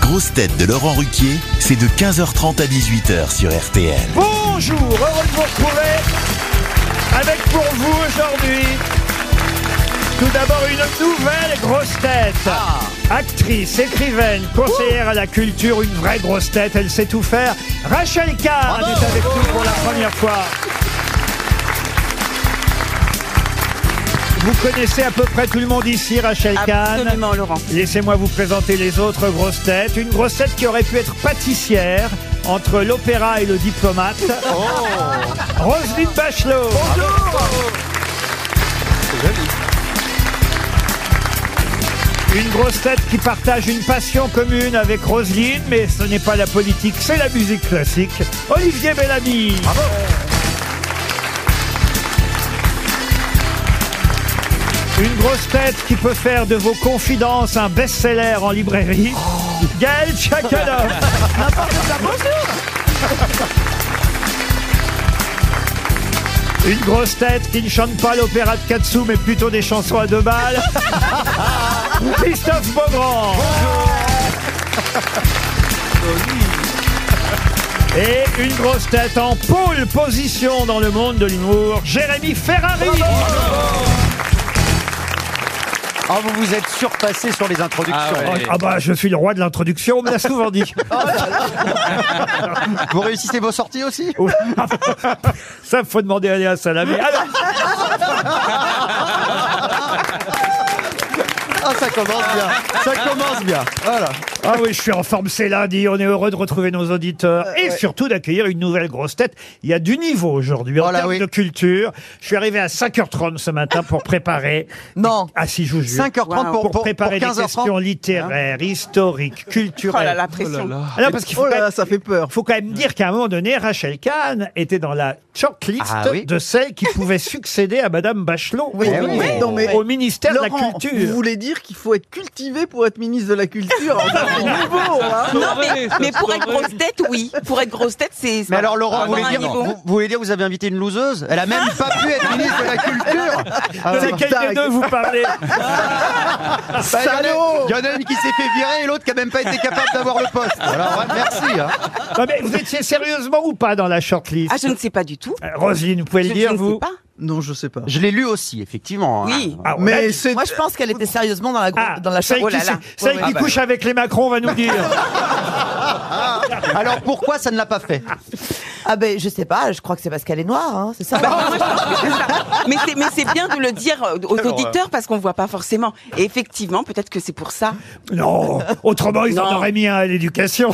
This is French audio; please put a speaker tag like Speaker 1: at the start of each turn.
Speaker 1: grosses têtes de Laurent Ruquier, c'est de 15h30 à 18h sur RTL.
Speaker 2: Bonjour, heureux de vous retrouver avec pour vous aujourd'hui tout d'abord une nouvelle grosse tête. Actrice, écrivaine, conseillère à la culture, une vraie grosse tête, elle sait tout faire. Rachel Carr est avec nous pour la première fois. Vous connaissez à peu près tout le monde ici, Rachel Kahn.
Speaker 3: Absolument, Laurent.
Speaker 2: Laissez-moi vous présenter les autres grosses têtes. Une grosse tête qui aurait pu être pâtissière entre l'opéra et le diplomate. Roselyne Bachelot. Une grosse tête qui partage une passion commune avec Roselyne, mais ce n'est pas la politique, c'est la musique classique. Olivier Bellamy. Une grosse tête qui peut faire de vos confidences un best-seller en librairie. Gaël Chakalov. Une grosse tête qui ne chante pas l'opéra de Katsu, mais plutôt des chansons à deux balles. Christophe Beaugrand. Et une grosse tête en pôle position dans le monde de l'humour, Jérémy Ferrari.
Speaker 4: Ah, vous vous êtes surpassé sur les introductions.
Speaker 2: Ah, ah bah, je suis le roi de l'introduction, on me l'a souvent dit.
Speaker 4: Vous réussissez vos sorties aussi
Speaker 2: Oui. Ça, faut demander à Léa Salamé. Alors,
Speaker 4: Ah, ça commence bien. Ça commence bien. Voilà.
Speaker 2: ah oui, je suis en forme, c'est lundi. On est heureux de retrouver nos auditeurs et surtout d'accueillir une nouvelle grosse tête. Il y a du niveau aujourd'hui en
Speaker 4: Oh là
Speaker 2: termes
Speaker 4: oui.
Speaker 2: de culture. Je suis arrivé à 5h30 ce matin pour préparer.
Speaker 4: Non.
Speaker 2: Ah si, je vous jure.
Speaker 4: 5h30 pour-
Speaker 2: pour
Speaker 4: pour-
Speaker 2: préparer
Speaker 4: pour
Speaker 2: des
Speaker 4: 15h30.
Speaker 2: questions littéraires, historiques,
Speaker 3: Oh là là,
Speaker 2: culturelles.
Speaker 3: la pression.
Speaker 2: Ah non, parce qu'il faut,
Speaker 4: Oh
Speaker 2: quand
Speaker 4: là là,
Speaker 2: même-
Speaker 4: ça fait peur.
Speaker 2: faut quand même dire qu'à un moment donné, Rachel Kahn était dans la shortlist
Speaker 4: Ah oui.
Speaker 2: de celles qui pouvaient succéder à Madame Bachelot
Speaker 5: Oui,
Speaker 2: au,
Speaker 4: oui, oui.
Speaker 5: Non, mais-
Speaker 2: au ministère de la
Speaker 5: Laurent,
Speaker 2: Culture.
Speaker 5: Vous voulez dire qu'il faut être cultivé pour être ministre de la Culture Alors, ça, C'est nouveau, hein
Speaker 3: Non, mais, mais pour être grosse tête, oui. Pour être grosse tête, c'est.
Speaker 4: Mais alors, Laurent,
Speaker 3: Ah,
Speaker 4: vous voulez,
Speaker 3: dans un
Speaker 4: dire,
Speaker 3: niveau.
Speaker 4: vous, vous voulez dire vous avez invité une loseuse Elle a même pas pu être ministre de la Culture Ah,
Speaker 2: De
Speaker 4: bah,
Speaker 2: quel des
Speaker 5: tac.
Speaker 2: deux vous parlez
Speaker 4: bah, il y en a-
Speaker 5: Salaud
Speaker 4: Il y en a une qui s'est fait virer et l'autre qui a même pas été capable d'avoir le poste. Alors, ouais, merci. hein.
Speaker 2: Non, mais vous étiez sérieusement ou pas dans la shortlist
Speaker 3: Ah, je ne sais pas du tout.
Speaker 2: Euh, Roselyne, vous pouvez
Speaker 3: Je
Speaker 2: le
Speaker 3: je
Speaker 2: dire,
Speaker 3: ne sais
Speaker 2: vous
Speaker 3: pas.
Speaker 5: Non, je sais pas.
Speaker 4: Je l'ai lu aussi, effectivement.
Speaker 3: Oui.
Speaker 2: Ah, ouais.
Speaker 5: Mais c'est.
Speaker 6: Moi, je pense qu'elle était sérieusement dans la, gro-
Speaker 2: Ah,
Speaker 6: dans la
Speaker 2: celle
Speaker 6: chambre.
Speaker 2: qui,
Speaker 3: là là.
Speaker 2: celle
Speaker 3: Ouais,
Speaker 2: qui
Speaker 3: ouais.
Speaker 2: couche avec les Macron va nous dire.
Speaker 4: Alors, pourquoi ça ne l'a pas fait
Speaker 6: Ah ben, je sais pas, je crois que c'est parce qu'elle est noire, hein, c'est ça
Speaker 4: ah,
Speaker 3: Mais c'est- mais c'est bien de le dire aux auditeurs parce qu'on ne voit pas forcément. Et effectivement, peut-être que c'est pour ça.
Speaker 2: non, autrement ils en
Speaker 3: Non.
Speaker 2: auraient mis un à l'éducation.